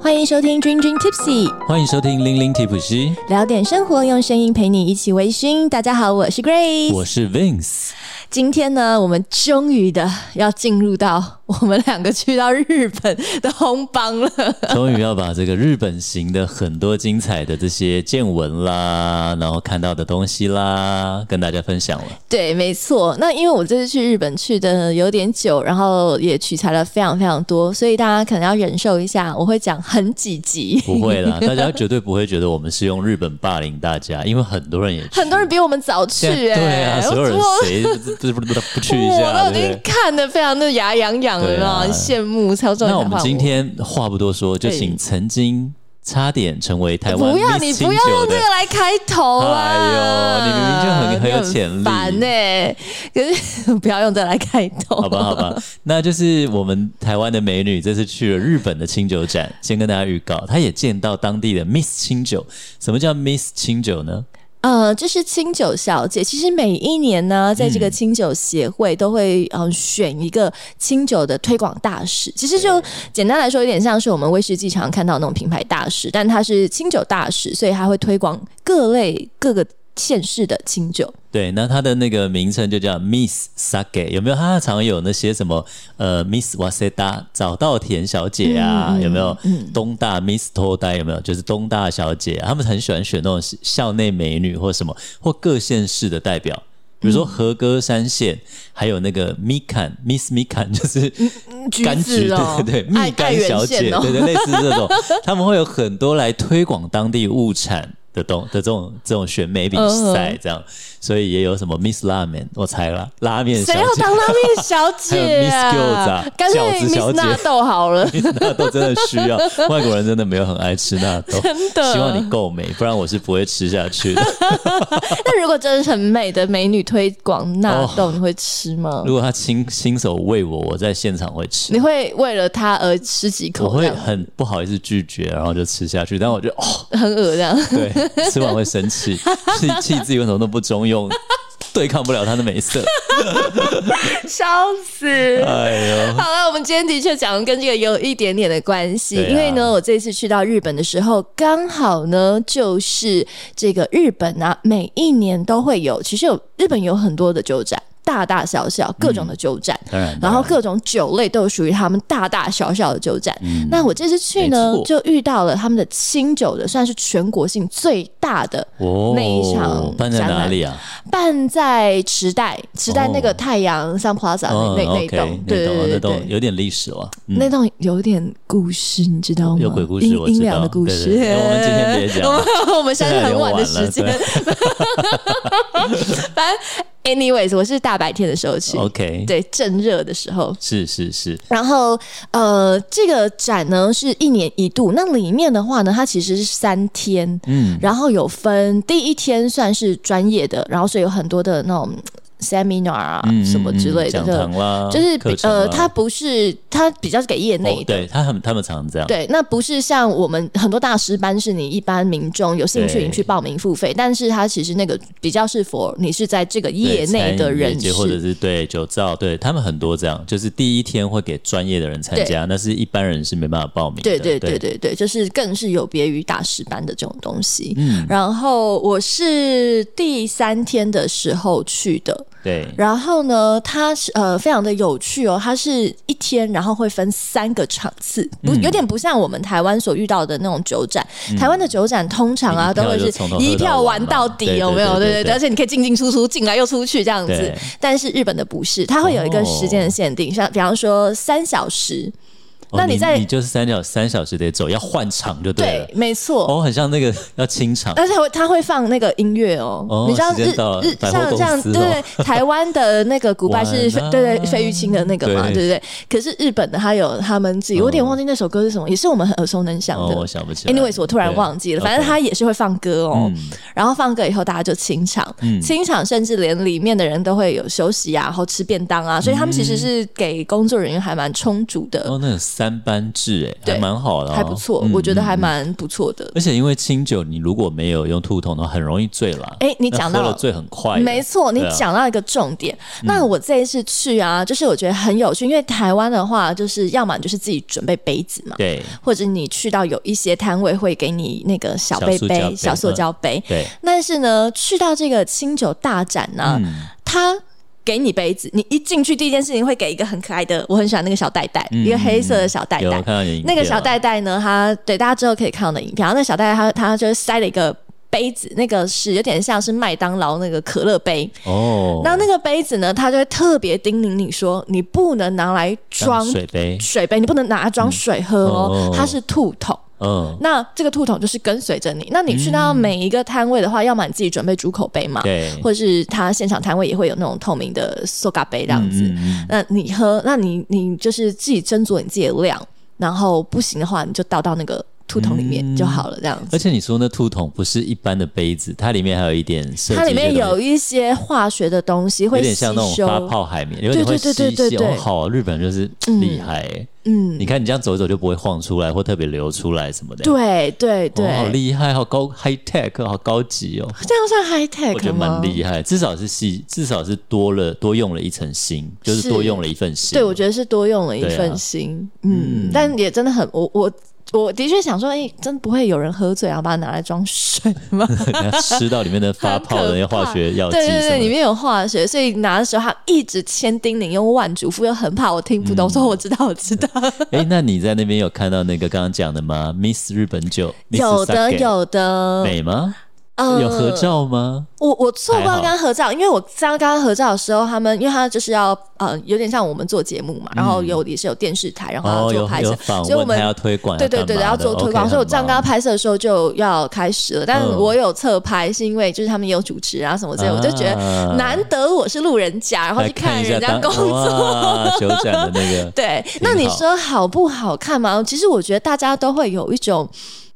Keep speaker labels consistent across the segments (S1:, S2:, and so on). S1: 欢迎收听君君 Tipsy，
S2: 欢迎收听《零零提普西》，
S1: 聊点生活，用声音陪你一起微醺。大家好，我是 Grace，
S2: 我是 Vince。
S1: 今天呢，我们终于的要进入到我们两个去到日本的红帮了。
S2: 终于要把这个日本行的很多精彩的这些见闻啦，然后看到的东西啦，跟大家分享了。
S1: 对，没错。那因为我这次去日本去的有点久，然后也取材了非常非常多，所以大家可能要忍受一下，我会讲很几集。
S2: 不会啦，大家绝对不会觉得我们是用日本霸凌大家，因为很多人也去
S1: 很多人比我们早去、
S2: 现
S1: 欸，
S2: 在对啊，所有人
S1: 我
S2: 谁不不不不去一
S1: 我
S2: 下，对
S1: 都已
S2: 不
S1: 经
S2: 对？
S1: 看得非常的牙痒痒了，
S2: 对啊
S1: 很羡慕。超重要
S2: 那
S1: 的
S2: 我
S1: 话
S2: 们今天话不多说，就
S1: 对
S2: 请曾经差点成为台湾
S1: 不要
S2: Miss
S1: 你不
S2: 清
S1: 要
S2: 酒
S1: 用这
S2: 的
S1: 个来开头啊！
S2: 哎呦你明明就很很有潜力
S1: 你很烦呢、可是不要用这个来开头。
S2: 好吧， 好吧，那就是我们台湾的美女这次去了日本的清酒展，先跟大家预告，她也见到当地的 Miss 清酒。什么叫 Miss 清酒呢？
S1: 呃，这是清酒小姐。其实每一年呢，在这个清酒协会都会嗯、呃选一个清酒的推广大使。其实就简单来说，有点像是我们威士忌常看到那种品牌大使，但他是清酒大使，所以他会推广各类各个县市的清酒。
S2: 对，那她的那个名称就叫 Miss Sake，有没有？她常有那些什么呃 Miss Waseda 早稻田小姐啊，有没有？东大 Miss 托呆有没有？就是东大小姐、啊，他们很喜欢选那种校内美女或什么，或各县市的代表。比如说和歌山县，还有那个 Mikan Miss Mikan，就是
S1: 橘
S2: 柑橘，
S1: 子哦，
S2: 对对对，蜜
S1: 爱爱
S2: 柑
S1: 媛
S2: 小
S1: 县
S2: 姐，
S1: 哦
S2: 对对，类似这种，他们会有很多来推广当地物产的东的这种这种选美比
S1: 嗯
S2: 赛这样，所以也有什么 Miss 拉面，我猜啦，拉面小
S1: 谁要
S2: 姐。
S1: 当拉面小姐
S2: 还有 Miss Gills
S1: 啊
S2: 啊？
S1: 干脆
S2: 饺子
S1: Miss
S2: 小姐
S1: 纳豆好 了。
S2: 纳豆真的需要，外国人真的没有很爱吃纳豆，
S1: 真的
S2: 希望你够美，不然我是不会吃下去的。
S1: 那如果真的很美的美女推广纳
S2: 哦
S1: 豆，你会吃吗
S2: 如？果他亲亲手喂我，我在现场会吃
S1: 你，会为了她而吃几
S2: 我
S1: 口这
S2: 会
S1: 样，
S2: 很不好意思拒绝，然后就吃下去。但我觉得哦，
S1: 很恶这样。
S2: 对，吃完会生气，气气自己为什么都不中用，对抗不了他的 美色。
S1: 笑死！
S2: 哎呦，
S1: 好了，我们今天的确讲跟这个有一点点的关系，
S2: 对啊
S1: 因为呢，我这次去到日本的时候，刚好呢就是这个日本啊，每一年都会有，其实有日本有很多的酒展，大大小小各种
S2: 嗯
S1: 的酒展，
S2: 当然，
S1: 然后各种酒类都有属于他们大大小小的酒展。
S2: 嗯
S1: 那我这次去呢
S2: 没，错
S1: 就遇到了他们的清酒的，算是全国性最大的，
S2: 哦
S1: 那一场
S2: 办在
S1: 展览
S2: 哪里啊？
S1: 办在池袋，池袋
S2: 哦
S1: 那个太阳 Sun Plaza
S2: 哦
S1: 那那那
S2: OK，
S1: 栋，对对
S2: 那栋
S1: 对
S2: 那
S1: 对
S2: 栋。有点历史了，嗯
S1: 那栋有点故事，你知道吗？
S2: 有鬼故事
S1: 阴
S2: 我知
S1: 哦
S2: 道
S1: 阴凉的故事。
S2: 对对对我们今 天别讲哦
S1: 我们我们现在是很晚的时间
S2: 现在有。
S1: 反正，anyways，我是大白天的时候去，
S2: OK，
S1: 对，啊正热的时候。
S2: 是是是，
S1: 然后，呃，这个展呢是一年一度，那里面的话呢，它其实是三天，
S2: 嗯，
S1: 然后有分第一天算是专业的，然后所以有很多的那种嗯 seminar 啊、
S2: 嗯
S1: 什么之类的，
S2: 讲堂啦，
S1: 就是
S2: 课
S1: 比
S2: 程
S1: 呃，
S2: 啦
S1: 它不是它比较是给业内
S2: 哦
S1: 的。
S2: 对他们他们常这样，
S1: 对，那不是像我们很多大师班，是你一般民众有兴趣
S2: 对
S1: 你去报名付费，但是它其实那个比较是 for 你是在这个
S2: 对
S1: 业内的
S2: 餐饮业
S1: 人
S2: 界或者
S1: 士，
S2: 是对酒造，对他们很多这样，就是第一天会给专业的人参
S1: 对
S2: 加，那是一般人是没办法报名的，
S1: 对对对
S2: 对，
S1: 对对，就是更是有别于大师班的这种东西。
S2: 嗯，
S1: 然后我是第三天的时候去的，
S2: 对，
S1: 然后呢，它是呃非常的有趣哦，它是一天，然后会分三个场次，不、有点不像我们台湾所遇到的那种酒展。台湾的酒展通常啊
S2: 一
S1: 都
S2: 票
S1: 会
S2: 就是从头喝
S1: 一票
S2: 到
S1: 玩
S2: 完
S1: 到
S2: 嘛
S1: 底，
S2: 对
S1: 有
S2: 对
S1: 没有？
S2: 对
S1: 对
S2: 对
S1: 对
S2: 对
S1: 而且你可以进进出出，进来又出去这样子
S2: 对。
S1: 但是日本的不是，它会有一个时间的限定，像比方说三小时。
S2: 哦
S1: 那你
S2: 你
S1: 在
S2: 你就是三小三小时得走，要换场就对了。
S1: 对，嗯没错。
S2: 哦，很像那个要清场，
S1: 而且会他会放那个音乐哦，
S2: 哦
S1: 你知道
S2: 时
S1: 日
S2: 间到了
S1: 日
S2: 百货
S1: 像这
S2: 公司
S1: 样
S2: 哦
S1: 对台湾的那个古 拜是
S2: 晚安
S1: 对对费玉清的那个嘛，对
S2: 对
S1: 不对？可是日本的他有他们自己，我有点忘记那首歌是什么，也是我们很耳熟能详
S2: 哦，我
S1: 的。
S2: 想不起来。
S1: Anyways，我突然忘记了，
S2: 对
S1: 反正他也是会放歌哦
S2: OK，嗯，
S1: 然后放歌以后大家就清场，
S2: 嗯
S1: 清场甚至连里面的人都会有休息啊，然后吃便当啊，所以他们其实是给工作人员还蛮充足的
S2: 嗯哦，那有三班制，哎，
S1: 对
S2: 还蛮好的哦、
S1: 还不错，
S2: 嗯
S1: 我觉得
S2: 嗯
S1: 还
S2: 嗯
S1: 蛮不错的。
S2: 而且因为清酒，你如果没有用兔桶的话，很容易醉啦。
S1: 哎你讲到
S2: 那喝了醉很快的，
S1: 没错，你
S2: 对啊嗯
S1: 讲到一个重点。那我这一次去啊，就是我觉得很有趣，因为台湾的话，就是要么你就是自己准备杯子嘛，
S2: 对
S1: 或者你去到有一些摊位会给你那个小杯
S2: 小塑胶
S1: 杯、
S2: 杯
S1: 小塑胶杯。
S2: 对，
S1: 但是呢，去到这个清酒大展呢、
S2: 嗯
S1: 他给你杯子，你一进去第一件事情会给一个很可爱的，我很喜欢那个小袋袋，一个黑色的小袋
S2: 嗯有
S1: 袋
S2: 看。到你
S1: 那个小袋袋呢，它对大家之后可以看到的影片，然后那个小袋袋它它就是塞了一个杯子，那个是有点像是麦当劳那个可乐杯，
S2: 哦，
S1: 然后那个杯子呢，它就会特别叮咛你说，你不能拿来装
S2: 当水杯，
S1: 水杯，你不能拿来装水喝哦，
S2: 嗯哦
S1: 它是兔桶。
S2: 嗯，
S1: 那这个兔桶就是跟随着你。那你去到每一个摊位的话，要么你自己准备竹口杯嘛，
S2: 对，
S1: 或者是它现场摊位也会有那种透明的塑胶杯这样子。
S2: 嗯嗯
S1: 那你喝，那你你就是自己斟酌你自己的量，然后不行的话，你就倒到那个兔桶里面
S2: 嗯
S1: 就好了，这样子。
S2: 而且你说那兔桶不是一般的杯子，它里面还有一点设计，
S1: 它里面有。一些化学的东西
S2: 有
S1: 会
S2: 点
S1: 吸
S2: 像那种
S1: 收，
S2: 发泡海绵，有点会
S1: 对对
S2: 吸
S1: 对对
S2: 吸。
S1: 对
S2: 哦，好，日本人就是厉害欸。
S1: 嗯，
S2: 你看你这样走一走就不会晃出来，或特别流出来什么的。
S1: 对对对，
S2: 哦，好厉害，好高 high tech，好高级哦。
S1: 这样算 high tech 吗？
S2: 我觉得蛮厉害，至少是细，至少是多了多用了一层心，就是
S1: 是
S2: 多用了一份心。
S1: 对，我觉得是多用了一
S2: 对啊
S1: 份心，嗯，但也真的很，我我我的确想说，哎、真不会有人喝醉然后把它拿来装水吗？
S2: 得吃到里面的发泡的那些化学药剂
S1: 对对对，里
S2: 什么的。
S1: 面有化学，所以拿的时候他一直千叮咛，用万嘱咐，又很怕我听不
S2: 嗯
S1: 懂，说我知道，我知 道。
S2: 哎，那你在那边有看到那个刚刚讲的吗？Miss 日本酒，Miss
S1: 有的
S2: Sake，
S1: 有的，
S2: 美吗？
S1: 嗯
S2: 有合照吗？
S1: 我我错过要
S2: 还好
S1: 跟他合照，因为我刚刚跟他合照的时候，他们因为他就是要呃，有点像我们做节目嘛，然后有也是有电视台，然后要
S2: 嗯哦，有
S1: 啊做拍摄
S2: 有，访
S1: 所以我
S2: 问，
S1: 们
S2: 还要推广，
S1: 对对对，
S2: 呃干
S1: 要
S2: 嘛的
S1: 做推广，
S2: OK，
S1: 所以我这样跟
S2: 很
S1: 他
S2: 忙
S1: 拍摄的时候就要开始了。但
S2: 嗯
S1: 我有侧拍，是因为就是他们有主持啊什么之类，我就觉得
S2: 啊
S1: 难得我是路人甲，然后
S2: 来
S1: 去看
S2: 一下
S1: 人家
S2: 当
S1: 工作。，
S2: 哇酒展的那个
S1: 对，那
S2: 挺
S1: 你
S2: 好
S1: 说好不好看吗？其实我觉得大家都会有一种。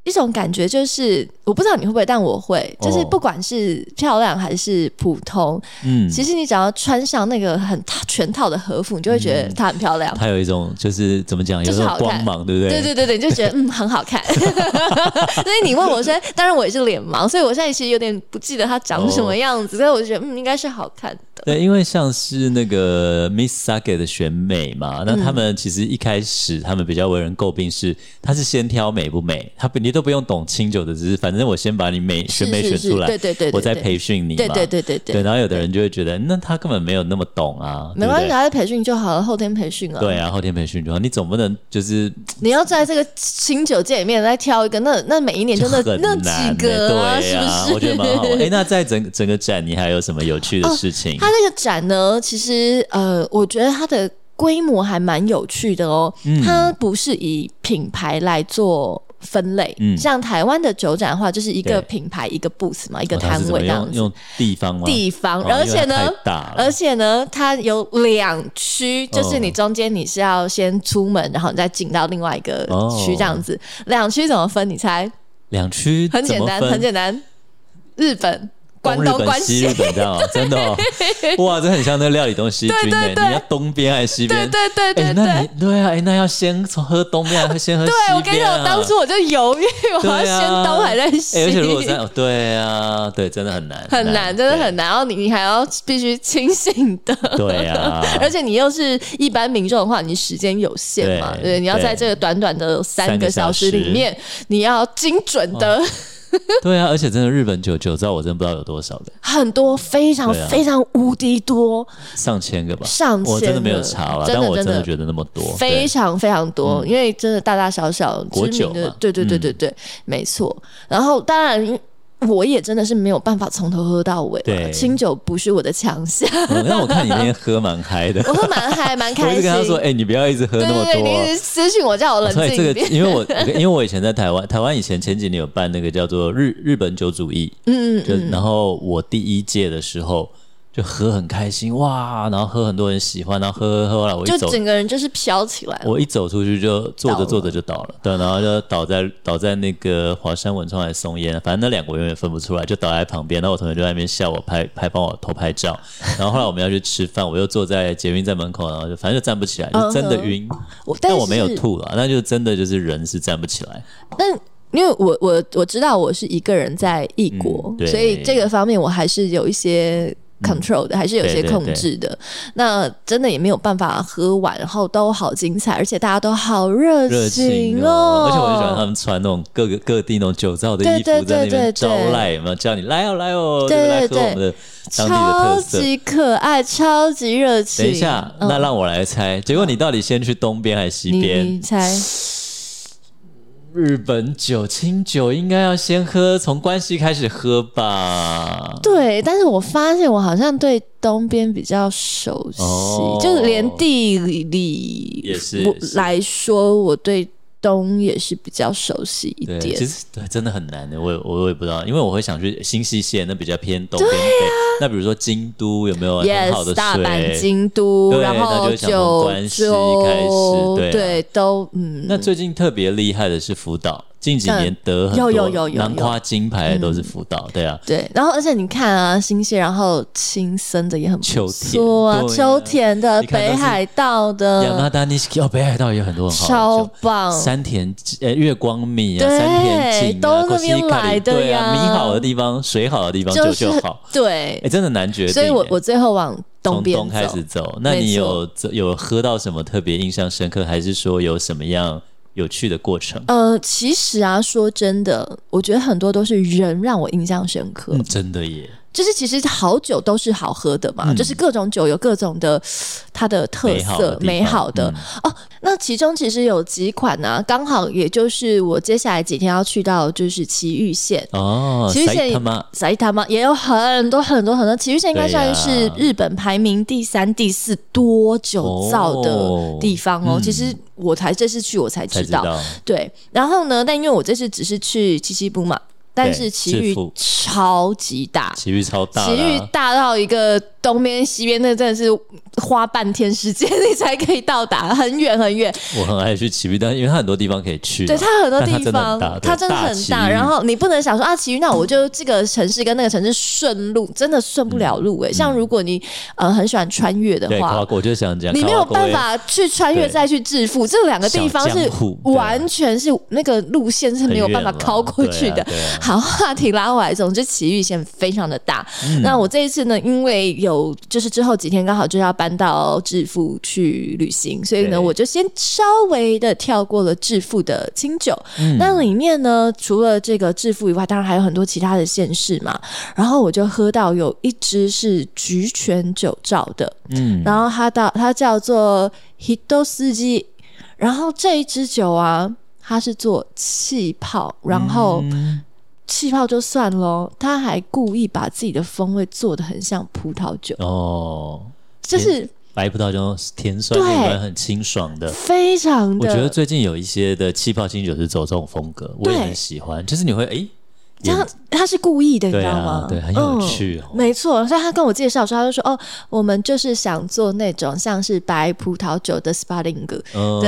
S1: 一种感觉就是，我不知道你会不会，但我会，就是
S2: 哦
S1: 不管是漂亮还是普通，
S2: 嗯，
S1: 其实你只要穿上那个很全套的和服，你就会觉
S2: 嗯
S1: 得它很漂亮。
S2: 它有一种就是怎么讲，有
S1: 就
S2: 一
S1: 是
S2: 种
S1: 好看
S2: 光芒，对不对？
S1: 对对对对，你就觉得嗯很好看。 所以你问我现在，当然我也是脸盲，所以我现在其实有点不记得它长什么样 子，所以我就觉得嗯应该是好看的。
S2: 对，因为像是那个 Miss Sage 的选美嘛，那
S1: 嗯
S2: 他们其实一开始他们比较为人诟病是，他是先挑美不美，他不你都不用懂清酒的，只是反正我先把你美选美
S1: 是
S2: 选
S1: 是
S2: 出来，
S1: 对对对对
S2: 我再
S1: 对
S2: 培训你嘛，
S1: 对对对对
S2: 对
S1: 对，
S2: 然后有的人就会觉得，那他根本没有那么懂啊，
S1: 没
S2: 对不
S1: 关系，
S2: 对
S1: 还是培训就好了，后天培训啊。
S2: 对啊，后天培训就好，你总不能就是
S1: 你要在这个清酒界里面再挑一个，那那每一年就那
S2: 很
S1: 哎那
S2: 难欸、
S1: 几个啊，
S2: 对
S1: 是不是？
S2: 我觉得蛮好玩。哎、那在整整个展，你还有什么有 趣的事情？
S1: 哦它那个展呢，其实呃，我觉得它的规模还蛮有趣的哦。
S2: 嗯
S1: 它不是以品牌来做分类，
S2: 嗯
S1: 像台湾的酒展的话，就是一个
S2: 对
S1: 品牌一个 booth 嘛，一
S2: 哦
S1: 个
S2: 它
S1: 摊
S2: 是怎么
S1: 位这样
S2: 用
S1: 子。
S2: 用地方吗？
S1: 地方，
S2: 哦
S1: 而且
S2: 因为
S1: 呢
S2: 它太。大了
S1: 而且呢，它有两区，就是
S2: 哦
S1: 你中间你是要先出门，然后你再进到另外一个
S2: 哦
S1: 区这样子。两区怎么分？你猜？
S2: 两区
S1: 很简单，很
S2: 单。
S1: 简单。日本、关
S2: 东日
S1: 东、关
S2: 本、西
S1: 西
S2: 日，本这样 哦，真的哦，哇，这很像那料理东西
S1: 对
S2: 君
S1: 对
S2: 欸
S1: 对
S2: 你要东边还是西
S1: 对
S2: 边？
S1: 对对
S2: 哎
S1: 对对。
S2: 那你对啊，哎，那要先从喝东 边，还是先喝西
S1: 对，我跟你
S2: 边
S1: 讲，
S2: 啊？
S1: 我当初我就犹豫，我
S2: 对
S1: 要
S2: 啊
S1: 先东还在西，
S2: 哎而且如果在哦对啊，对，真的很难，
S1: 很难，真的
S2: 对
S1: 很难。然后你你还要必须清醒的，
S2: 对啊，
S1: 而且你又是一般民众的话，你时间有限嘛，
S2: 对
S1: 对，你要
S2: 对
S1: 在这个短短的三
S2: 三
S1: 个
S2: 个
S1: 小时
S2: 小时
S1: 里面，你要精准
S2: 哦
S1: 的
S2: 对啊，而且真的日本酒酒糟我真不知道有多少的，
S1: 很多，非常
S2: 对啊
S1: 非常无敌多，
S2: 上千个吧，
S1: 上千
S2: 我真的没有
S1: 了
S2: 查了，
S1: 真的
S2: 但我
S1: 真
S2: 真
S1: 的
S2: 的觉得那么多，嗯
S1: 非常非常多，因为真的大大小小知
S2: 国
S1: 名
S2: 酒
S1: 的
S2: 嘛，嗯
S1: 对对对对对，没错。然后当然。我也真的是没有办法从头喝到尾嘛，
S2: 对
S1: 清酒不是我的强项，
S2: 对嗯那我看你那天喝蛮嗨的，
S1: 我喝蛮嗨，蛮
S2: 我
S1: 开
S2: 一
S1: 心。
S2: 直跟他说，哎，你不要一直喝
S1: 对
S2: 那么
S1: 对对，
S2: 多
S1: 你一
S2: 哦。
S1: 直私信我，叫我冷
S2: 所以这
S1: 静一
S2: 个，
S1: 点。
S2: 因为我因为我以前在台湾，台湾以前前几年有办那个叫做日日本酒主义，
S1: 嗯，嗯
S2: 就然后我第一届的时候，就喝很开心哇，然后喝很多人喜欢，然后喝喝喝了，我一哎
S1: 就
S2: 走
S1: 整个人就是飘起来了。
S2: 我一走出去就坐
S1: 倒了
S2: 着坐着就倒了，对，然后就倒在倒在那个华山文创还是松烟，反正那两个我永远分不出来，就倒在旁边。然后我同学就在那边笑我拍拍帮我偷 拍照，然后后来我们要去吃饭，我又坐在捷运站门口，然后就反正就站不起来，就真的晕。
S1: 嗯我但
S2: 但
S1: 是
S2: 我没有吐了，那就真的就是人是站不起来。
S1: 但因为我我我知道我是一个人在异国
S2: 嗯，对
S1: 所以这个方面我还是有一些 control 的，还是有一些
S2: 对嗯对
S1: 控制的。那真的也没有办法喝完，然后都好精彩，而且大家都好热
S2: 热
S1: 情
S2: 情
S1: 哦。
S2: 而且我很喜欢他们穿那种各个各地那种酒造的
S1: 对
S2: 衣
S1: 对
S2: 服，在那
S1: 对对对
S2: 边招徕，有没有叫你来哦来哦，
S1: 对
S2: 来
S1: 对
S2: 喝我们的当地的
S1: 超
S2: 特色。
S1: 级可爱，超级热情。
S2: 等一下，
S1: 嗯
S2: 那让我来猜，结果你到底先去东边还是西
S1: 你
S2: 边
S1: 你？猜？
S2: 日本酒清酒应该要先喝，从关西开始喝吧。
S1: 对，但是我发现我好像对东边比较熟悉，
S2: 哦
S1: 就是连地理
S2: 也是
S1: 我
S2: 也是
S1: 来说，我对东也是比较熟悉一
S2: 对，
S1: 点
S2: 其。实对真的很难的，我也我也不知道，因为我会想去新西线，那比较偏东边北。那比如说京都有没有很好的
S1: 啊 Yes，
S2: 水？
S1: 大阪、京都，
S2: 对
S1: 然
S2: 那
S1: 后
S2: 就想从
S1: 九
S2: 关西开
S1: 州，
S2: 始对啊
S1: 都嗯，
S2: 那最近特别厉害的是福岛，近几年得很
S1: 有
S2: 多
S1: 有有有嗯有
S2: 南瓜金牌的都是福岛，对啊。
S1: 对。然后而且你看啊，新鲜，然后青森的也很不
S2: 秋
S1: 错啊，
S2: 田对啊
S1: 秋田的、
S2: 你看都
S1: 北
S2: 是
S1: 海道
S2: 亚麻
S1: 的，
S2: 达尼西基哦，北海道也有很多很好
S1: 呃超
S2: 的酒，
S1: 棒。
S2: 山田呃月光米啊，
S1: 对
S2: 山田井
S1: 都
S2: 啊，
S1: 那边
S2: Koshikari，
S1: 来的
S2: 对
S1: 呀
S2: 啊，米好的地方，水好的地方，酒
S1: 是
S2: 就
S1: 很
S2: 好，
S1: 对
S2: 哎，，真的难决定欸。
S1: 所以我我最后往东
S2: 从
S1: 边
S2: 东开
S1: 走
S2: 始走，那你有走有喝到什么特别印象深刻，还是说有什么样有趣的过程？
S1: 呃，其实啊，说真的，我觉得很多都是人让我印象深刻。
S2: 嗯，真的耶，
S1: 就是其实好酒都是好喝的嘛，就是各种酒有各种的它的特
S2: 嗯美好的
S1: 色，
S2: 地方嗯
S1: 美好的哦。那其中其实有几款呢、刚好也就是我接下来几天要去到就是崎玉县。
S2: 哦，
S1: 呃其实现
S2: 他妈
S1: 埼玉嘛也有很多很多很多，崎玉县应该算是
S2: 对呀
S1: 日本排名第三、第四多酒造的
S2: 哦
S1: 地方哦。
S2: 嗯
S1: 其实我才这次去我才
S2: 才
S1: 知
S2: 知
S1: 道，
S2: 道，
S1: 对，然后呢？但因为我这次只是去七七部嘛，但是奇遇
S2: 致富
S1: 超级大，
S2: 奇遇超大啦，啊
S1: 奇遇大到一个东边西边，那真的是花半天时间你才可以到达，很远很远。
S2: 我很爱去奇遇，但因为它很多地方可以去啊，
S1: 对，它很多
S2: 但它
S1: 地
S2: 真的很
S1: 方
S2: 大，
S1: 它
S2: 对
S1: 真的
S2: 大
S1: 很
S2: 奇
S1: 大。
S2: 遇
S1: 然后你不能想说啊，奇遇，那我就这个城市跟那个城市顺路，真的顺不了路诶、欸像如果你呃很喜欢穿越的
S2: 嗯对，
S1: 话
S2: 卡，我就想讲，
S1: 你没有
S2: 卡瓦
S1: 办
S2: 沟
S1: 法去穿越
S2: 对
S1: 再去致富，这两个地方
S2: 小
S1: 是
S2: 江户对啊
S1: 完全是那个路线是
S2: 很
S1: 没有办法
S2: 远了
S1: 靠过去的。
S2: 对啊对啊
S1: 好，话题拉回来，总之奇遇线非常的大。
S2: 嗯
S1: 那我这一次呢，因为有就是之后几天刚好就要搬到致富去旅行，所以呢，
S2: 对
S1: 我就先稍微的跳过了致富的清酒。
S2: 嗯
S1: 那里面呢，除了这个致富以外，当然还有很多其他的县市嘛。然后我就喝到有一支是菊泉酒造的，
S2: 嗯，
S1: 然后它到它叫做 Hito 司机，然后这一支酒啊，它是做气泡，然后
S2: 嗯
S1: 气泡就算咯，它还故意把自己的风味做的很像葡萄酒，
S2: 哦，
S1: 就是
S2: 白葡萄酒甜酸
S1: 对
S2: 甜酸很清爽的。
S1: 非常
S2: 呃我
S1: 的，
S2: 觉得最近有一些的气泡清酒是走这种风格，我也
S1: 对
S2: 很喜欢。就是你会哎，
S1: 这样他是故意的，你知道吗？
S2: 对啊对很有趣哦
S1: 嗯没错。所以他跟我介绍的时候，他就说：“哦，我们就是想做那种像是白葡萄酒的 sparkling 的
S2: 嗯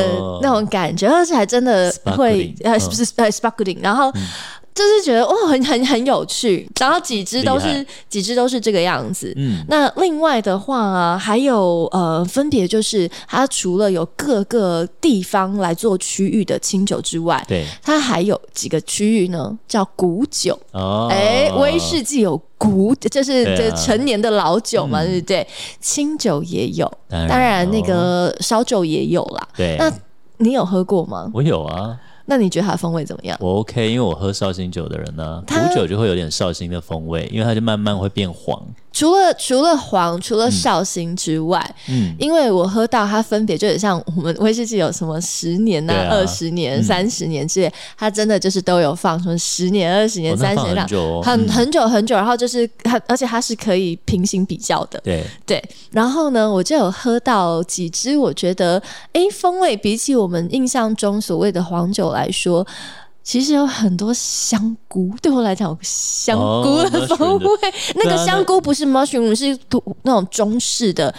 S1: 那种感觉，而且还真的会
S2: Sparkling，
S1: 呃，
S2: 嗯
S1: 是不是呃 sparkling？然后就是觉得哇，很很很有趣。然后几支都
S2: 厉
S1: 是
S2: 害
S1: 几支都是这个样子。
S2: 嗯，
S1: 那另外的话啊，还有呃，分别就是它除了有各个地方来做区域的清酒之外，
S2: 对，
S1: 它还有几个区域呢，叫古酒。
S2: 哦，
S1: 哎、威士忌有古，就是
S2: 对啊嗯
S1: 这成年的老酒嘛，对不对？清酒也有，
S2: 当然
S1: 当然那
S2: 哦
S1: 个烧酒也有啦。
S2: 对，
S1: 那你有喝过吗？
S2: 我有啊，
S1: 那你觉得它的风味怎么样？
S2: 我 OK，因为我喝绍兴酒的人呢、
S1: 它
S2: 苦酒就会有点绍兴的风味，因为它就慢慢会变黄。
S1: 除了除了黄，除了绍兴之外，
S2: 嗯，
S1: 因为我喝到它分别就很像我们威士忌有什么十年呐、
S2: 对啊
S1: 二十、年、三十年之类，它真的就是都有放什么十年、二十年、
S2: 哦那
S1: 三十年这
S2: 放很
S1: 样。
S2: 久哦，
S1: 很
S2: 嗯
S1: 很久很久，然后就是它，而且它是可以平行比较的，
S2: 对，
S1: 对，然后呢，我就有喝到几支，我觉得诶，风味比起我们印象中所谓的黄酒来说，其实有很多香菇，对我来讲，香菇
S2: 哦
S1: 的风味，那
S2: 对
S1: 个
S2: 啊那
S1: 香菇不是 mushroom，是土那种中式的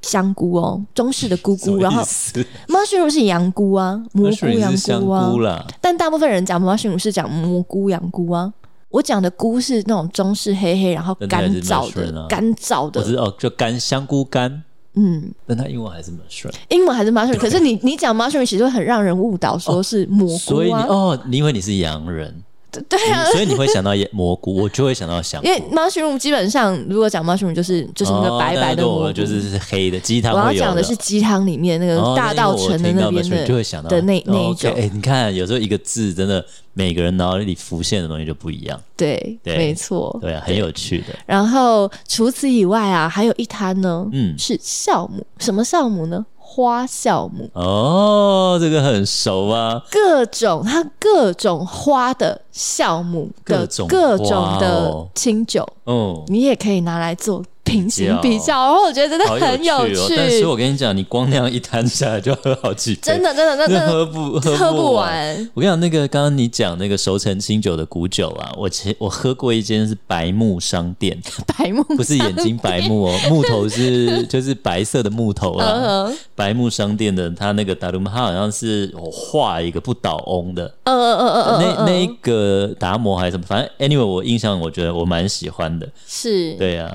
S1: 香菇哦，中式的菇
S2: 什么
S1: 菇，然后
S2: 意思
S1: mushroom 是羊菇啊，蘑菇
S2: mushroom
S1: 羊
S2: 是香
S1: 菇啊，
S2: 菇啦，
S1: 但大部分人讲 mushroom 是讲蘑菇、羊菇啊。我讲的菇是那种中式黑黑，然后
S2: 那
S1: 干
S2: 还是
S1: 燥
S2: mushroom
S1: 的
S2: 啊，
S1: 干燥
S2: 我知
S1: 的。
S2: 道哦，就干香菇干，
S1: 嗯，
S2: 但它英文还是 mushroom，、
S1: 英文还是 mushroom，可是你你讲 mushroom 其实会很让人误导，说是蘑菇
S2: 哦所以你
S1: 啊。
S2: 哦，你以为你是 洋人，
S1: 对啊
S2: 你，所以你会想到也蘑菇，我就会想到香菇
S1: 因。为 mushroom 基本上如果讲 mushroom 就是就是那个
S2: 哦
S1: 白白的
S2: 那如果
S1: 蘑菇。
S2: 就是是黑的鸡汤
S1: 我要
S2: 会有
S1: 讲的是鸡汤里面那
S2: 哦
S1: 个大
S2: 那因为
S1: 道
S2: 我
S1: 城的
S2: 听到
S1: 那边
S2: mushroom 就会
S1: 的
S2: 想到
S1: 的那那
S2: 哦
S1: 一
S2: ，OK，
S1: 种
S2: 哎、。你看有时候一个字真的每个人脑里浮现的东西就不一样，
S1: 对，
S2: 对
S1: 没错。
S2: 对啊，很有趣的。
S1: 然后除此以外啊，还有一摊呢，
S2: 嗯
S1: 是酵母。什么酵母呢？花酵母。
S2: 哦，这个很熟啊，
S1: 各种它各种花的酵母的
S2: 各种
S1: 各
S2: 花
S1: 种的
S2: 哦
S1: 清酒，
S2: 哦，
S1: 你也可以拿来做平行比
S2: 比较
S1: 较，然后我觉得真的
S2: 哦好
S1: 很
S2: 有
S1: 趣，
S2: 哦。但是我跟你讲，你光那样一摊下来就要喝好几杯，
S1: 真的真的真
S2: 那
S1: 的
S2: 喝不 喝
S1: 喝
S2: 不
S1: 不。完。
S2: 我跟你讲，那个刚刚你讲那个熟成清酒的古酒啊，我前我喝过一间是白木商店，
S1: 白木
S2: 不是眼睛白木哦，木头是就是白色的木头啦。
S1: 嗯哼
S2: 白木商店的它那个达鲁玛，它好像是有画一个不倒翁的，
S1: 嗯嗯嗯嗯嗯
S2: 那
S1: 嗯，
S2: 那一个达摩还是什么，反正 anyway 我印象我觉得我蛮喜欢的。
S1: 嗯是
S2: 对啊，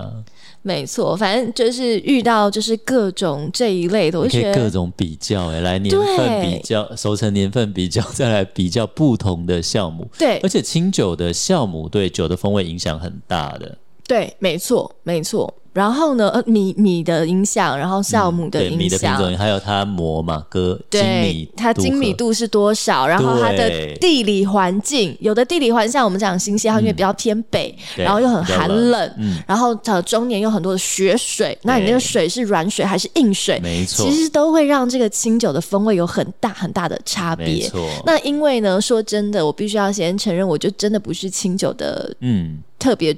S1: 没错，反正就是遇到就是各种这一类的，我
S2: 你可
S1: 就
S2: 以
S1: 觉
S2: 各
S1: 得
S2: 种比较哎、来年份比较，熟成年份比较， 再来比较不同的酵母。
S1: 对
S2: 而且清酒的酵母对酒的风味影响很大的，
S1: 对，没错没错。然后呢，呃，米米的影响，然后酵母的
S2: 嗯对米
S1: 影
S2: 的品
S1: 响，
S2: 种，还有它磨嘛哥精米
S1: 对，它精米
S2: 度
S1: 度是多少？然后它的
S2: 对
S1: 地理环境，有的地理环境像我们讲新西兰，因为比较偏北，
S2: 对
S1: 然后又很
S2: 比较
S1: 寒
S2: 冷嗯
S1: 冷，然后呃中年有很多的雪水，那你那个水是软水还是硬水
S2: 合，？没错
S1: 其，实都会让这个清酒的风味有很大很大的差
S2: 没
S1: 别。
S2: 错，
S1: 那因为呢，说真的，我必须要先承认，我就真的不是清酒的
S2: 嗯，
S1: 特别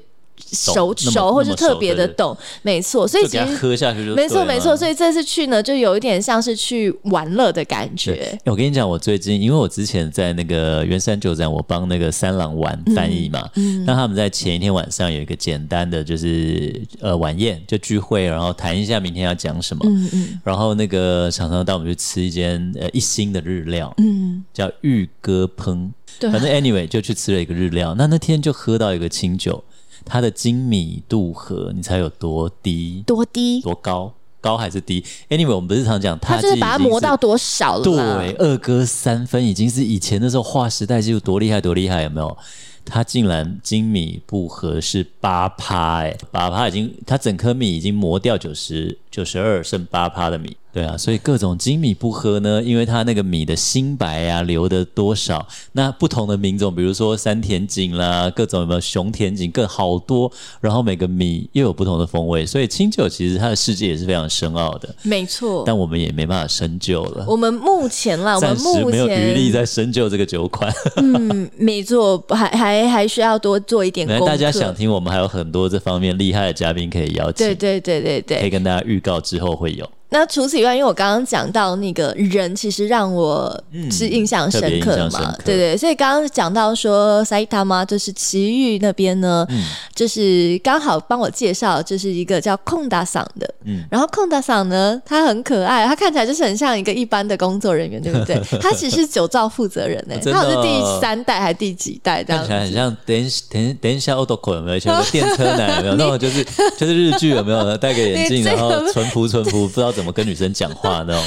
S1: 熟
S2: 那么
S1: 熟，或
S2: 那
S1: 是
S2: 么
S1: 特
S2: 熟
S1: 别的
S2: 对对
S1: 懂，没错。所以
S2: 就
S1: 其
S2: 给它
S1: 实
S2: 喝下去就
S1: 没错
S2: 对
S1: 没
S2: 了
S1: 错，所以这次去呢，就有一点像是去玩乐的感觉。
S2: 哎我跟你讲，我最近因为我之前在那个圆山酒展，我帮那个三郎玩翻译嘛，
S1: 嗯
S2: 那他们在前一天晚上有一个简单的就是呃晚宴，就聚会，然后谈一下明天要讲什么。
S1: 嗯嗯
S2: 然后那个厂商带我们去吃一间呃一星的日料，
S1: 嗯，
S2: 叫玉哥烹。
S1: 对
S2: 反正 anyway 就去吃了一个日料。那那天就喝到一个清酒，它的精米度和你猜有多低
S1: 多低，
S2: 多高？高还是低？Anyway，我们不是常讲
S1: 它
S2: 它
S1: 就是把它磨到多少了啦？
S2: 对，二哥三分已经是以前那时候划时代记录多厉害多厉害，有没有？他竟然精米不合是八趴，哎、八趴已经他整颗米已经磨掉九十九十二，剩八趴的米。对啊，所以各种精米不合呢，因为它那个米的新白啊留的多少，那不同的品种，比如说山田锦啦，各种有没有熊田锦，各好多，然后每个米又有不同的风味，所以清酒其实它的世界也是非常深奥的，
S1: 没错。
S2: 但我们也没办法深究了。
S1: 我们目前啦，啊我
S2: 暂
S1: 们
S2: 时
S1: 目
S2: 没有余力
S1: 前
S2: 再深究这个酒款。
S1: 嗯，没错，还还还需要多做一点
S2: 反
S1: 功
S2: 正
S1: 课。
S2: 大家想听，我们还有很多这方面厉害的嘉宾可以邀请，
S1: 对对对对
S2: 可以
S1: 对。
S2: 跟大家预告之后会有。
S1: 那除此以外，因为我刚刚讲到那个人，其实让我是印象深刻
S2: 嗯特别印象
S1: 嘛，
S2: 深刻
S1: 对对。所以刚刚讲到说塞他妈就是奇遇那边呢，
S2: 嗯
S1: 就是刚好帮我介绍，就是一个叫空达桑的，
S2: 嗯
S1: 然后空达桑呢，他很可爱，他看起来就是很像一个一般的工作人员，对不 对？他只是酒造负责人呢、
S2: 真的
S1: 他好像是
S2: 哦
S1: 第三代还是第几代这样
S2: 看起来
S1: 子
S2: 很。像等等等一下 o t o k o 有没有？以前有个电车男 有没有？那种就是就是日剧有没有？戴个眼镜，
S1: 你这
S2: 然
S1: 个
S2: 后淳朴淳朴，不知道怎么跟女生讲话 那种。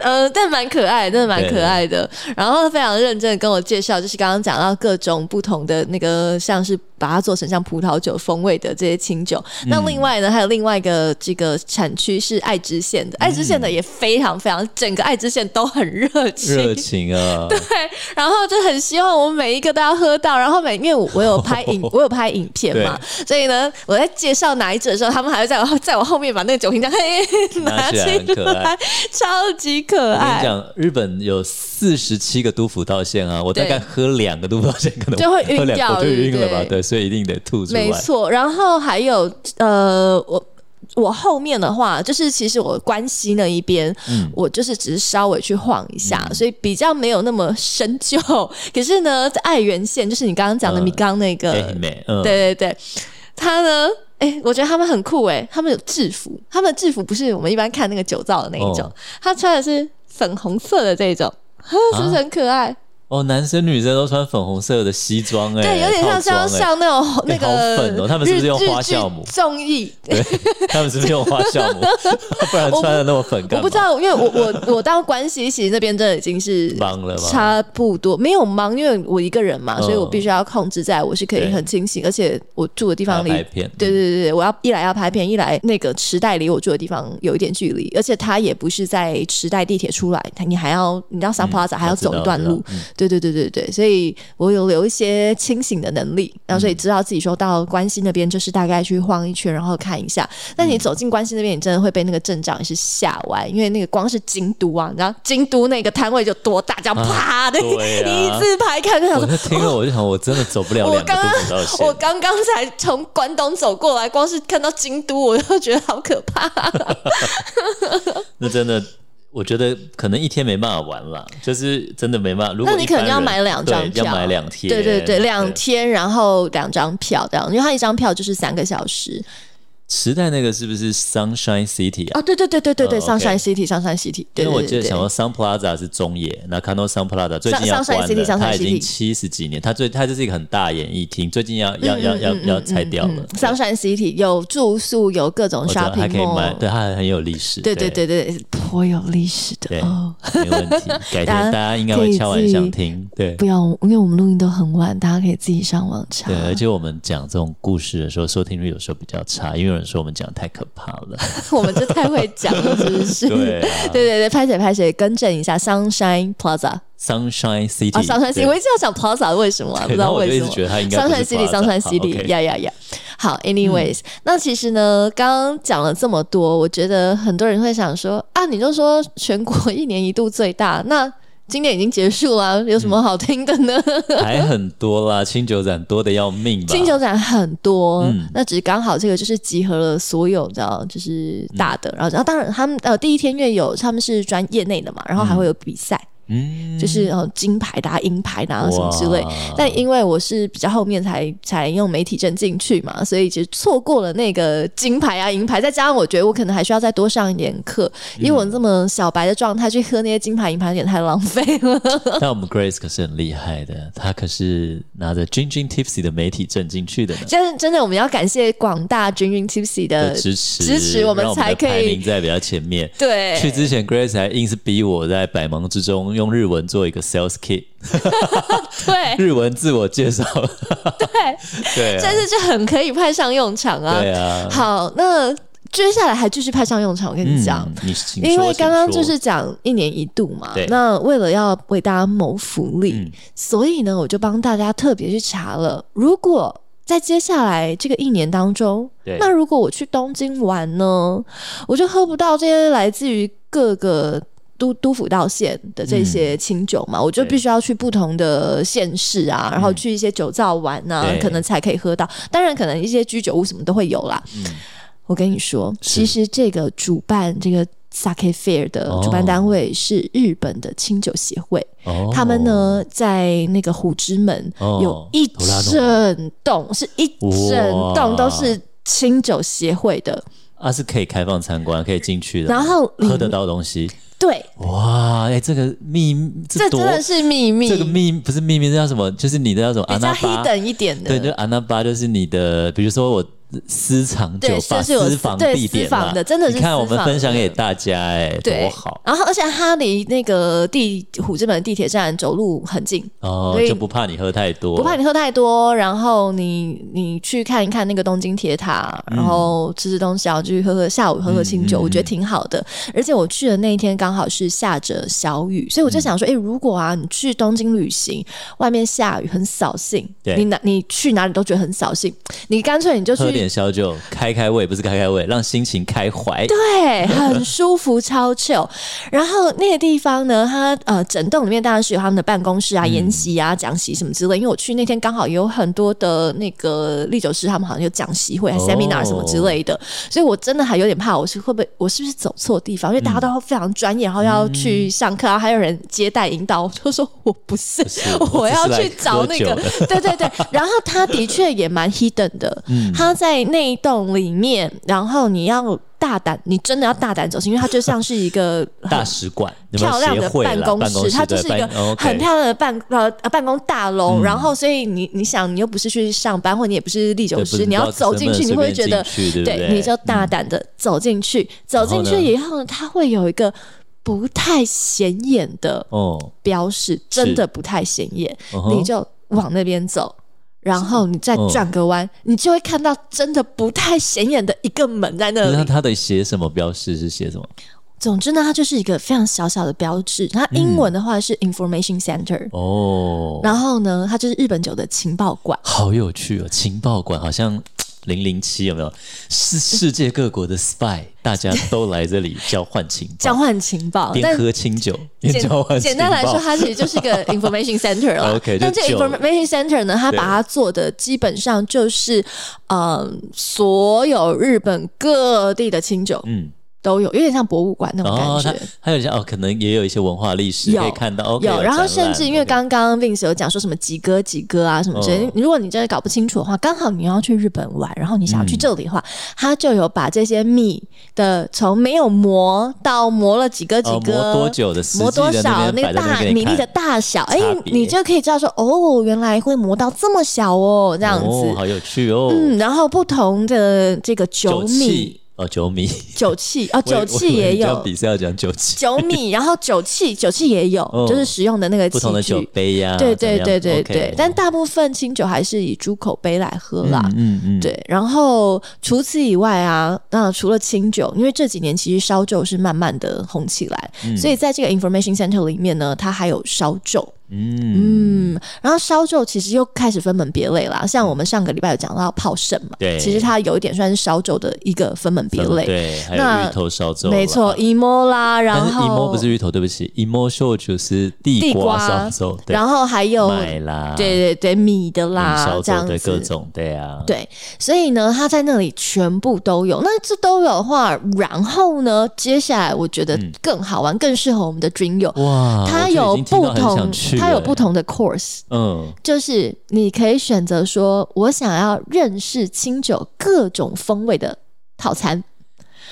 S1: 呃，但蛮可爱，真的蛮
S2: 对
S1: 可爱的。然后非常认真的跟我介绍，就是刚刚讲到各种不同的那个，像是把它做成像葡萄酒风味的这些清酒。那
S2: 嗯
S1: 另外呢，还有另外一个这个产区是爱知县的，爱知县的也非常非常，整个爱知县都很热
S2: 嗯热
S1: 情。
S2: 情啊！
S1: 对，然后就很希望我每一个都要喝到，然后每因为我我有拍 影，我有拍影片嘛，所以呢，我在介绍哪一支的时候，他们还会在我 在我后面把那个酒瓶 这样嘿嘿
S2: 拿起来
S1: 起
S2: 很可爱
S1: 来，超级可
S2: 我跟你
S1: 爱。
S2: 讲，日本有四十七个都府道县啊，我大
S1: 对
S2: 概喝两个都府道县，可能
S1: 就会
S2: 喝
S1: 晕
S2: 两
S1: 掉
S2: 口就晕了吧？
S1: 对不对
S2: 对，所以一定得吐出来
S1: 没。错，然后还有呃，我我后面的话，就是其实我关西那一边，
S2: 嗯
S1: 我就是只是稍微去晃一下，所以比较没有那么深究。 可是呢，在爱媛县，就是你刚刚讲的
S2: 嗯
S1: 米缸那个，
S2: 哎美，嗯，
S1: 对对对，他呢，哎、我觉得他们很酷哎、他们有制服，他们的制服不是我们一般看那个酒造的那一种，
S2: 哦
S1: 他穿的是粉红色的这一种。啊是不是很可爱？
S2: 哦，男生女生都穿粉红色的西装，哎，
S1: 对，有点像
S2: 套装
S1: 像
S2: 哎
S1: 像那种那
S2: 哎好
S1: 个日
S2: 粉
S1: 剧、
S2: 哦他们是不是用花酵母
S1: 日剧综艺？
S2: 他们是不是用花酵母？不然穿的那么粉干
S1: 我
S2: 嘛？
S1: 不知道，因为我我我到关西其实那边真的已经是
S2: 忙了吧
S1: 差不多没有忙，因为我一个人嘛，
S2: 嗯
S1: 所以我必须要控制在我是可以
S2: 对
S1: 很清醒，而且我住的地方离
S2: 还要拍片
S1: 对对对对，我要一来要拍片，一来那个池袋离我住的地方有一点距离，而且它也不是在池袋地铁出来，它你还要你到 Sun Plaza 还要
S2: 嗯我知道
S1: 走一段路
S2: 我知道嗯，
S1: 对对对对对，所以我有留一些清醒的能力，然后所以知道自己说到关西那边就是大概去晃一圈，然后看一下。但你走进关西那边，你真的会被那个阵仗也是吓歪，因为那个光是京都啊，你知道京都那个摊位就多大，这样啪的、
S2: 对啊
S1: 你一字排开，就想
S2: 我
S1: 说
S2: 就听了我就想，我真的走不了
S1: 我
S2: 两个
S1: 刚
S2: 都
S1: 刚
S2: 走到
S1: 我
S2: 线。
S1: 刚刚才从关东走过来，光是看到京都，我就觉得好可怕。
S2: 那真的，我觉得可能一天没办法玩了，就是真的没办法。如果
S1: 那你可能
S2: 一般人
S1: 要买两张
S2: 对
S1: 票，
S2: 要买两天，
S1: 对对对，两。天，然后两张票这样，因为它一张票就是三个小时。
S2: 时代那个是不是 Sunshine City 啊？
S1: 哦，对对对对对对，
S2: 哦
S1: 上
S2: ，OK
S1: 山 City，上山 City，对
S2: 因为我
S1: 对
S2: 记
S1: 对
S2: 得想
S1: 对。
S2: 到 Sun Plaza 是中野，那看到 Sun Plaza 最近要
S1: Sun- Sunshine
S2: 关
S1: City，
S2: 了，
S1: Sunshine
S2: 它已经
S1: City
S2: 七十几年，它最它就是一个很大演艺厅，最近要要要要要拆掉了。对
S1: 嗯上山 City 有住宿，有各种
S2: 我知道它
S1: shopping
S2: 可以买，
S1: mall，
S2: 对，它很很有历史。
S1: 对对对对，对颇有历史的
S2: 对，
S1: 哦。
S2: 没问题。改天
S1: 大家
S2: 大家应该会敲完想听，对
S1: 不要，因为我们录音都很晚，大家可以自己上网查
S2: 对。，而且我们讲这种故事的时候，收听率有时候比较差，因为有人说我们讲得太可怕了。
S1: 我们这太会讲了，是不是？
S2: 对啊
S1: 对对对，拍谁拍谁，更正一下，Sunshine Plaza。
S2: Sunshine
S1: 啊
S2: City，
S1: ，Sunshine City，
S2: 对
S1: 我一直要想 Plaza，为什么啊？
S2: 对
S1: 不知道为什
S2: 然后
S1: 么。
S2: 我就一直觉得它应该不
S1: Sunshine
S2: 是 Plaza，
S1: City，Sunshine
S2: 好
S1: City，
S2: ，OK 嗯
S1: 呀呀呀。好，anyways，、那其实呢，刚刚讲了这么多，我觉得很多人会想说啊，你就说全国一年一度最大，那今年已经结束了，有什么好听的
S2: 嗯
S1: 呢？
S2: 还很多啦，清酒展多的要命吧？
S1: 金球展很多，
S2: 嗯
S1: 那只是刚好这个就是集合了所有的就是大的，
S2: 嗯
S1: 然后然后当然他们呃第一天越有他们是专业内的嘛，然后还会有比赛，
S2: 嗯，
S1: 就是呃金牌拿银牌拿什么之类
S2: 哇。
S1: 但因为我是比较后面才才用媒体证进去嘛，所以其实错过了那个金牌啊银牌，再加上我觉得我可能还需要再多上一点课，
S2: 嗯
S1: 因为我这么小白的状态去喝那些金牌银牌有点太浪费 了。
S2: 但我们 Grace 可是很厉害的，她可是拿着 Jin Jin Tipsy 的媒体证进去的呢。
S1: 真真的我们要感谢广大君君 Tipsy 的
S2: 的支持
S1: 呃支持我们
S2: 让我们
S1: 才
S2: 的
S1: 可以
S2: 排名在比较前面。
S1: 对
S2: 去之前，Grace 还硬是逼我在百忙之中用日文做一个 sales kit，
S1: 对。
S2: 日文自我介绍。
S1: 哎 对，
S2: 对啊
S1: 但是这很可以派上用场啊。
S2: 对啊，
S1: 好，那接下来还继续派上用场，我跟你讲。
S2: 嗯、你请
S1: 因
S2: 说
S1: 为
S2: 请
S1: 刚刚
S2: 说
S1: 就是讲一年一度嘛
S2: 对，
S1: 那为了要为大家谋福利，
S2: 嗯
S1: 所以呢，我就帮大家特别去查了。如果在接下来这个一年当中
S2: 对，
S1: 那如果我去东京玩呢，我就喝不到这些来自于各个都都府道县的这些清酒嘛，我就
S2: 嗯对嗯
S1: 必须要去不同的县市啊，然后去一些酒造玩啊，
S2: 对
S1: 可能才可以喝到。当然，可能一些居酒屋什么都会有啦。
S2: 嗯
S1: 我跟你说，其实这个主办这个 Sake Fair 的
S2: 哦
S1: 主办单位是日本的清酒协会，
S2: 哦
S1: 他们呢在那个虎之门、
S2: 哦
S1: 有一
S2: 图拉诺
S1: 整栋，是一整栋
S2: 哇
S1: 都是清酒协会的，
S2: 啊是可以开放参观，可以进去的，
S1: 然后里
S2: 喝得到东西。
S1: 对，
S2: 哇，哎、这个秘
S1: 这真
S2: 多
S1: 的是秘密，
S2: 这个秘不是秘密，这叫什么？就是你的叫什么？
S1: 比
S2: 安
S1: 较
S2: 娜
S1: hidden
S2: 巴
S1: 一点的，
S2: 对，就安娜巴就是你的，比如说我。私藏酒
S1: 对
S2: 吧、
S1: 就是有
S2: 私房
S1: 对
S2: 地点
S1: 私房
S2: 啦
S1: 的真的是
S2: 你看我
S1: 私
S2: 们
S1: 房
S2: 分享
S1: 的
S2: 给大家、哎，
S1: 对
S2: 多好
S1: 然后，而且它离那个地虎之门地铁站走路很近，
S2: 哦
S1: 所以，
S2: 就不怕你喝太多，
S1: 不怕你喝太多。然后你你去看一看那个东京铁塔，
S2: 嗯
S1: 然后吃吃东西，然后去喝喝下午喝喝清酒，我觉得挺好的。而且我去的那一天刚好是下着小雨，所以我就想说，
S2: 嗯
S1: 诶，如果啊你去东京旅行，外面下雨很扫兴，
S2: 对
S1: 你哪你去哪里都觉得很扫兴，你干脆你就去
S2: 喝点点小酒，开开胃，不是开开胃，让心情开怀。
S1: 对，很舒服，超 chill。然 后那个地方呢，它呃，整栋里面当然是有他们的办公室啊、研习啊、讲习什么之类。因为我去那天刚好有很多的那个历酒师，他们好像有讲习会、还啊
S2: 哦
S1: seminar 什么之类的，所以我真的还有点怕，我是会不会我是不是走错地方？因为大家都非常专业，然后要去上课，然后还有人接待引导，我就说我不是，
S2: 是
S1: 我
S2: 我只
S1: 要
S2: 是来
S1: 去找
S2: 喝
S1: 那
S2: 酒
S1: 个
S2: 的
S1: 对对对，然后它的确也蛮 hidden 的，
S2: 嗯
S1: 它在那一栋里面，然后你要大胆，你真的要大胆走进，因为它就像是一个
S2: 大使馆 有没有
S1: 漂亮
S2: 协
S1: 的
S2: 会啦
S1: 办
S2: 办
S1: 公室，它就
S2: 对
S1: 是一个
S2: 办哦，OK 嗯
S1: 很漂亮的办呃呃办公大楼。然后，所以你你想，你又不是去上班，或你也不是历久
S2: 对不
S1: 师，
S2: 是
S1: 你要
S2: 不知道
S1: 走进去，
S2: 能
S1: 你
S2: 不
S1: 会
S2: 能
S1: 觉得
S2: 随便进去对不对嗯
S1: 你就大胆的走进去。走进
S2: 然后
S1: 去
S2: 呢
S1: 以后呢，它会有一个不太显眼的
S2: 哦，
S1: 标示，真的不太显眼，
S2: 嗯哼
S1: 你就往那边走。然后你再转个弯，你就会看到真的不太显眼的一个门在那里。
S2: 那他的写什么标示是写什么？
S1: 总之呢，它就是一个非常小小的标志。它英文的话是 Information Center，、
S2: 哦，
S1: 然后呢，它就是日本酒的情报馆。
S2: 好有趣哦！情报馆好像零零七有没有？世世界各国的 spy，大家都来这里交换情
S1: 交
S2: 报，
S1: 换情报，
S2: 边
S1: 但
S2: 喝清酒边交换
S1: 简简
S2: 情
S1: 单来说，
S2: 报。
S1: 它其实就是一 个 information center 了。
S2: OK，
S1: 但
S2: 就
S1: 这个
S2: 酒
S1: information center 呢，它
S2: 对
S1: 把它做的基本上就是，嗯，所有日本各地的清酒
S2: 嗯，
S1: 都有，有点像博物馆那
S2: 然
S1: 种
S2: 后
S1: 感
S2: 它
S1: 觉。
S2: 还有一些哦，可能也有一些文化历史
S1: 有
S2: 可以看到。OK，
S1: 有，然后甚至因为
S2: 展
S1: 刚
S2: 览
S1: 刚 Vince 有讲说什么几哥几哥啊什么之类的，
S2: 嗯
S1: 如果你真的搞不清楚的话，刚好你要去日本玩，然后你想要
S2: 嗯
S1: 去这里的话，他就有把这些蜜的从没有磨到磨了几哥几
S2: 哦
S1: 哥，
S2: 磨多久的实
S1: 磨
S2: 际
S1: 多
S2: 在
S1: 少
S2: 那
S1: 那
S2: 边
S1: 个
S2: 摆在
S1: 大
S2: 那边给
S1: 米
S2: 你
S1: 粒的
S2: 看
S1: 大小，哎
S2: 差，别
S1: 你就可以知道说哦，原来会磨到这么小哦，这样子。
S2: 哦，好有趣哦。
S1: 嗯，然后不同的这个酒
S2: 酒
S1: 米、
S2: 气哦，酒米，
S1: 酒气哦，
S2: 我以
S1: 酒气
S2: 我以
S1: 也
S2: 为你这
S1: 有
S2: 样比赛要讲酒 气，
S1: 酒 米，然后酒气，酒气也有，
S2: 哦
S1: 就是使用的那个器
S2: 不同的酒
S1: 具。
S2: 杯呀、
S1: 对对对
S2: 怎么
S1: 对
S2: 样
S1: 对
S2: OK
S1: 但大部分清酒还是以猪口杯来喝啦。
S2: 嗯嗯，
S1: 对，然后除此以外啊，那、除了清酒，因为这几年其实烧酒是慢慢的红起来，所以在这个 information center 里面呢，它还有烧酒。
S2: 嗯
S1: 嗯，然后烧酒其实又开始分门别类啦，像我们上个礼拜有讲到泡盛嘛，
S2: 对
S1: 其实它有一点算是烧酒的一个分门别
S2: 嗯，
S1: 类，
S2: 对，还
S1: 那
S2: 有芋头烧粥，
S1: 没错。，emo 啦，然
S2: 但是
S1: 后
S2: emo 不是芋头，对不起，emo 烧酒是地瓜烧粥，对
S1: 然后还有
S2: 麦啦，
S1: 对对对米的
S2: 红
S1: 啦这
S2: 烧，粥
S1: 样
S2: 对各
S1: 子。
S2: 种，对啊，
S1: 对，所以呢，它在那里全部都有。那这都有的话，然后呢，接下来我觉得更好玩，更适合我们的 Dream 友。
S2: 嗯哇，
S1: 它
S2: 我就
S1: 有
S2: 已经听
S1: 不
S2: 到很想
S1: 同
S2: 去，
S1: 它有
S2: 了
S1: 不，同的 course，
S2: 嗯，
S1: 就是你可以选择说，我想要认识清酒各种风味的套餐。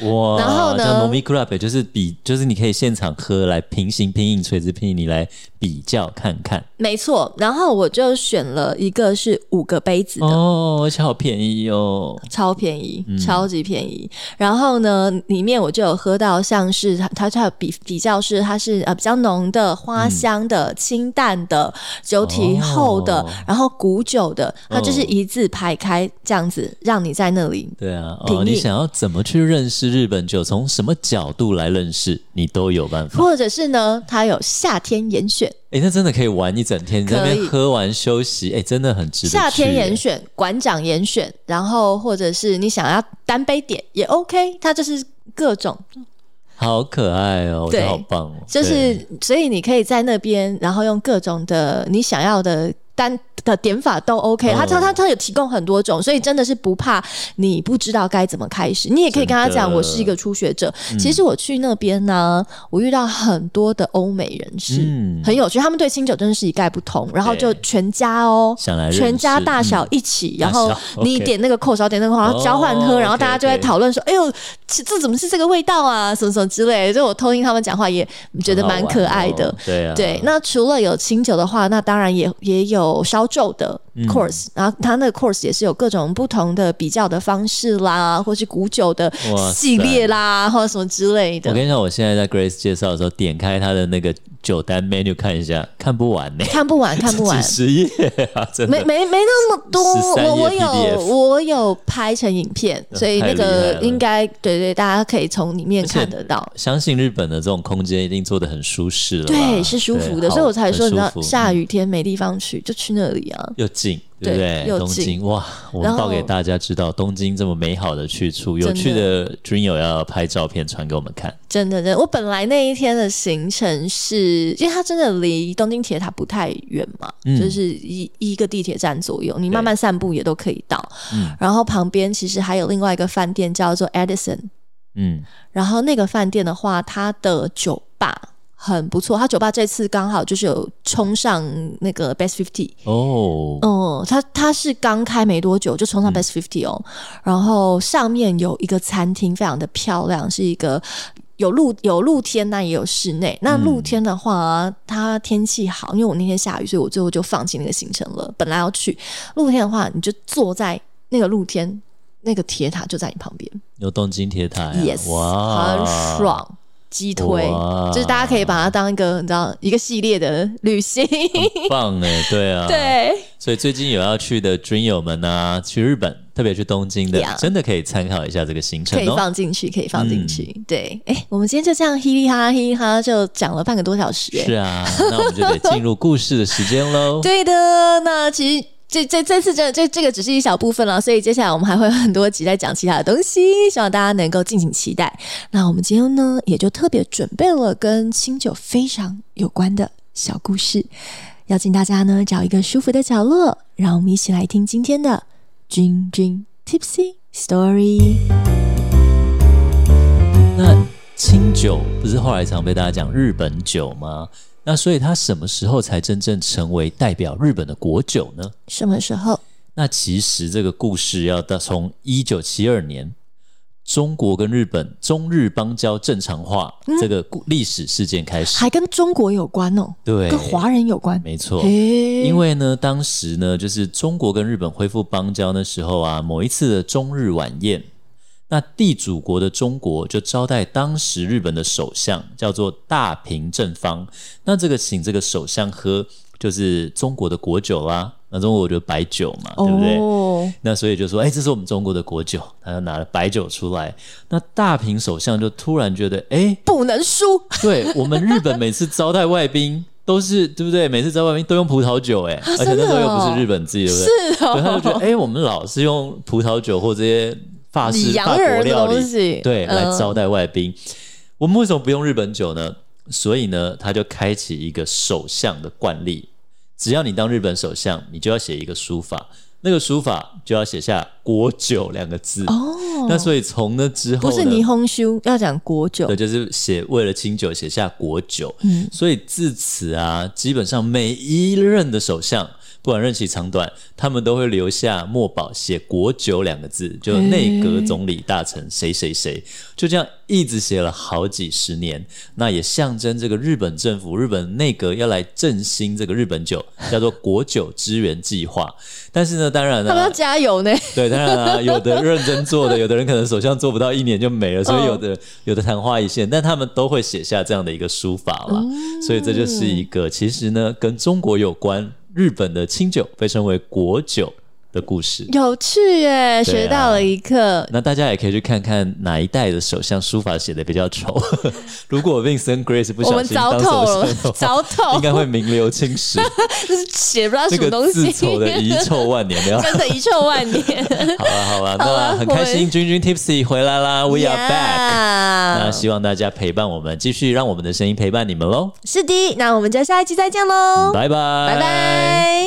S2: 哇，
S1: 然后呢
S2: 像 m o m i Club 就是比，就是你可以现场喝来平行拼印、垂直拼印，你来比较看看
S1: 没错，然后我就选了一个是五个杯子的，
S2: 哦，而且好便宜哦，
S1: 超便宜，超级便宜。然后呢，里面我就有喝到像是它它它有比比较是它是呃比较浓的、花香的、清淡的、酒体厚的，
S2: 哦
S1: 然后古酒的，它就是
S2: 哦
S1: 一字排开这样子，让你在那里
S2: 对啊，
S1: 平
S2: 哦，你
S1: 易
S2: 想要怎么去认识日本酒，从什么角度来认识，你都有办法。
S1: 或者是呢，它有夏天严选，
S2: 哎、那真的可以玩一整天，你在那
S1: 可以
S2: 边喝完休息，哎、真的很值得去。
S1: 夏天严
S2: 诶
S1: 选、馆长严选，然后或者是你想要单杯点也 OK，它就是各种，
S2: 好可爱哦，我觉
S1: 对
S2: 得好棒哦。
S1: 就是所以你可以在那边，然后用各种的你想要的。单的点法都 OK，
S2: 哦
S1: 它它它它有提供很多种，所以真的是不怕你不知道该怎么开始。你也可以跟他
S2: 真
S1: 讲，
S2: 的
S1: 我是一个初学者。
S2: 嗯
S1: 其实我去那边呢，我遇到很多的欧美人士，
S2: 嗯
S1: 很有趣，他们对清酒真的是一概不同。然后就
S2: 对
S1: 全家哦，
S2: 想来认识嗯
S1: 全家大小一起，然后
S2: 大小
S1: 你
S2: OK
S1: 点那个扣，少点那个扣，然后交换喝，
S2: 哦
S1: 然后大家就在
S2: OK，OK
S1: 讨论说：“哎呦，这这怎么是这个味道啊？什么什么之类的。”就我偷听他们讲话，也觉得蛮可爱的
S2: 很好玩哦。对啊，
S1: 对，那除了有清酒的话，那当然也也有烧酒的
S2: 嗯
S1: course，、然后它那个 course 也是有各种不同的比较的方式啦，或是古酒的
S2: 哇塞
S1: 系列啦，或者什么之类
S2: 我
S1: 的。
S2: 跟你讲，我现在在 Grace 介绍的时候，点开他的那个酒单 menu 看一下，看不完呢、
S1: 看不完，看不完
S2: 几，十页啊，真的
S1: 没没没那么多，
S2: 13
S1: 我我
S2: 页
S1: 有
S2: PDF
S1: 我有拍成影片，所以那
S2: 嗯太厉
S1: 个
S2: 害了
S1: 应该对对，大家可以从里面
S2: 而且
S1: 看得到。
S2: 相信日本的这种空间一定做的很舒适了啦，
S1: 对，是舒服的，
S2: 对
S1: 所以我才说，你知道
S2: 好很舒服
S1: 下雨天没地方去，就去那里啊。
S2: 又近，对不对？
S1: 又
S2: 东
S1: 近
S2: 京哇，我
S1: 然
S2: 们
S1: 后
S2: 报给大家知道东京这么美好的去处，有
S1: 真的
S2: 趣的 Dream 友要拍照片传给我们看。
S1: 真的，真的，我本来那一天的行程是，因为它真的离东京铁塔不太远嘛，
S2: 嗯
S1: 就是一一个地铁站左右，你
S2: 对
S1: 慢慢散步也都可以到。
S2: 嗯
S1: 然后旁边其实还有另外一个饭店叫做 Edison，
S2: 嗯，
S1: 然后那个饭店的话，它的酒吧很不错，它酒吧这次刚好就是有冲上那个 Best Fifty，
S2: 哦，
S1: 嗯，它它是刚开没多久就冲
S2: 嗯
S1: 上 Best Fifty 哦，然后上面有一个餐厅，非常的漂亮，是一个。有露有露天，那也有室内。那
S2: 嗯
S1: 露天的话、它天气好，因为我那天下雨，所以我最后就放弃那个行程了。本来要去露天的话，你就坐在那个露天那个铁塔就在你旁边
S2: 有东京铁哎塔呀、
S1: ，yes，
S2: 哇，
S1: 很。爽，击推，
S2: 哇
S1: 就是大家可以把它当一个你知道一个系列的旅 行，
S2: 棒哎，对啊，，
S1: 对。
S2: 所以最近有要去的 dream 友们啊，去日本，特别去东京的
S1: Yeah
S2: 真的可以参考一下这个行程
S1: 可以
S2: 哦。嗯
S1: 放进去，可以放进去。对，哎、我们今天就这样嘻哩哈啦嘻哩哈啦就讲了半个多小时、诶
S2: 是啊，那我们就得进入故事的时间喽。
S1: 对的，那其实。这这这次真的这这个只是一小部分了，所以接下来我们还会有很多集在讲其他的东西，希望大家能够敬请期待。那我们今天呢，也就特别准备了跟清酒非常有关的小故事，邀请大家呢找一个舒服的角落，让我们一起来听今天的《君君 Tipsy Story》。
S2: 那清酒不是后来常被大家讲日本酒吗？那所以它什么时候才真正成为代表日本的国酒呢？
S1: 什么时候？
S2: 那其实这个故事要到从一九七二年，中国跟日本中日邦交正常化、
S1: 嗯
S2: 这个故历史事件开始。
S1: 还跟中国有关哦，
S2: 对，
S1: 跟华人有关。
S2: 没错。
S1: 诶
S2: 因为呢，当时呢，就是中国跟日本恢复邦交那时候啊，某一次的中日晚宴，那地主国的中国就招待当时日本的首相，叫做大平正方。那这个请这个首相喝，就是中国的国酒啦。那中国就白酒嘛，对不对？
S1: 哦，
S2: 那所以就说，哎、这是我们中国的国酒，他就拿了白酒出来。那大平首相就突然觉得，哎、
S1: 不能输，
S2: 对我们日本每次招待外宾都是对不对？每次招待外宾都用葡萄酒、
S1: 啊
S2: 哎、而且那时候又不是日本自己，对不对？
S1: 哦 是
S2: 对，他就觉得，
S1: 哦，
S2: 哎、我们老是用葡萄酒或这些法
S1: 以
S2: 式
S1: 洋
S2: 法国
S1: 人的
S2: 料
S1: 东
S2: 理，
S1: 西，
S2: 对，来
S1: 嗯
S2: 招待外宾。我们为什么不用日本酒呢？所以呢，他就开启一个首相的惯例，只要你当日本首相，你就要写一个书法，那个书法就要写下“国酒”两个字。
S1: 哦，
S2: 那所以从那之
S1: 不
S2: 后呢，
S1: 是霓虹修，要讲国酒
S2: 对，，就是写为了清酒写下国酒，
S1: 嗯
S2: 所以自此啊，基本上每一任的首相，不管任期长短，他们都会留下墨宝写国酒两个字，就内阁总理大臣谁谁谁，就这样一直写了好几十年。那也象征这个日本政府、日本内阁要来振兴这个日本酒，叫做国酒支援计划。但是呢，当然啊呢、
S1: 他们要加油呢，
S2: 对，当然啦、有的认真做的，有的人可能首相做不到一年就没了，所
S1: 嗯
S2: 以有的、有的昙花一现，但他们都会写下这样的一个书法啦。
S1: 嗯
S2: 所以这就是一个其实呢跟中国有关，日本的清酒被称为国酒的故事。
S1: 有趣耶，
S2: 对啊
S1: 学到了一课。
S2: 那大家也可以去看看哪一代的首相书法写的比较丑。 如果 Vincent Grace 不
S1: 我
S2: 小
S1: 们
S2: 心
S1: 糟
S2: 当
S1: 透
S2: 首相
S1: 了
S2: 的 话，
S1: 糟透
S2: 应，该会名留青史，
S1: 就是写不到什
S2: 那
S1: 么东
S2: 个字
S1: 西，
S2: 丑的遗臭万年 的。
S1: 真的遗臭万年。
S2: 好了好了，
S1: 好
S2: 啊那
S1: 了
S2: 很
S1: 我
S2: 开
S1: 们
S2: 心，君君 Tipsy 回来啦，We are back。那
S1: back
S2: 希望大家陪伴我们，继续让我们的声音陪伴你们喽，
S1: 是的，那我们就下一期再见喽，
S2: 嗯拜拜，
S1: 哦拜。拜。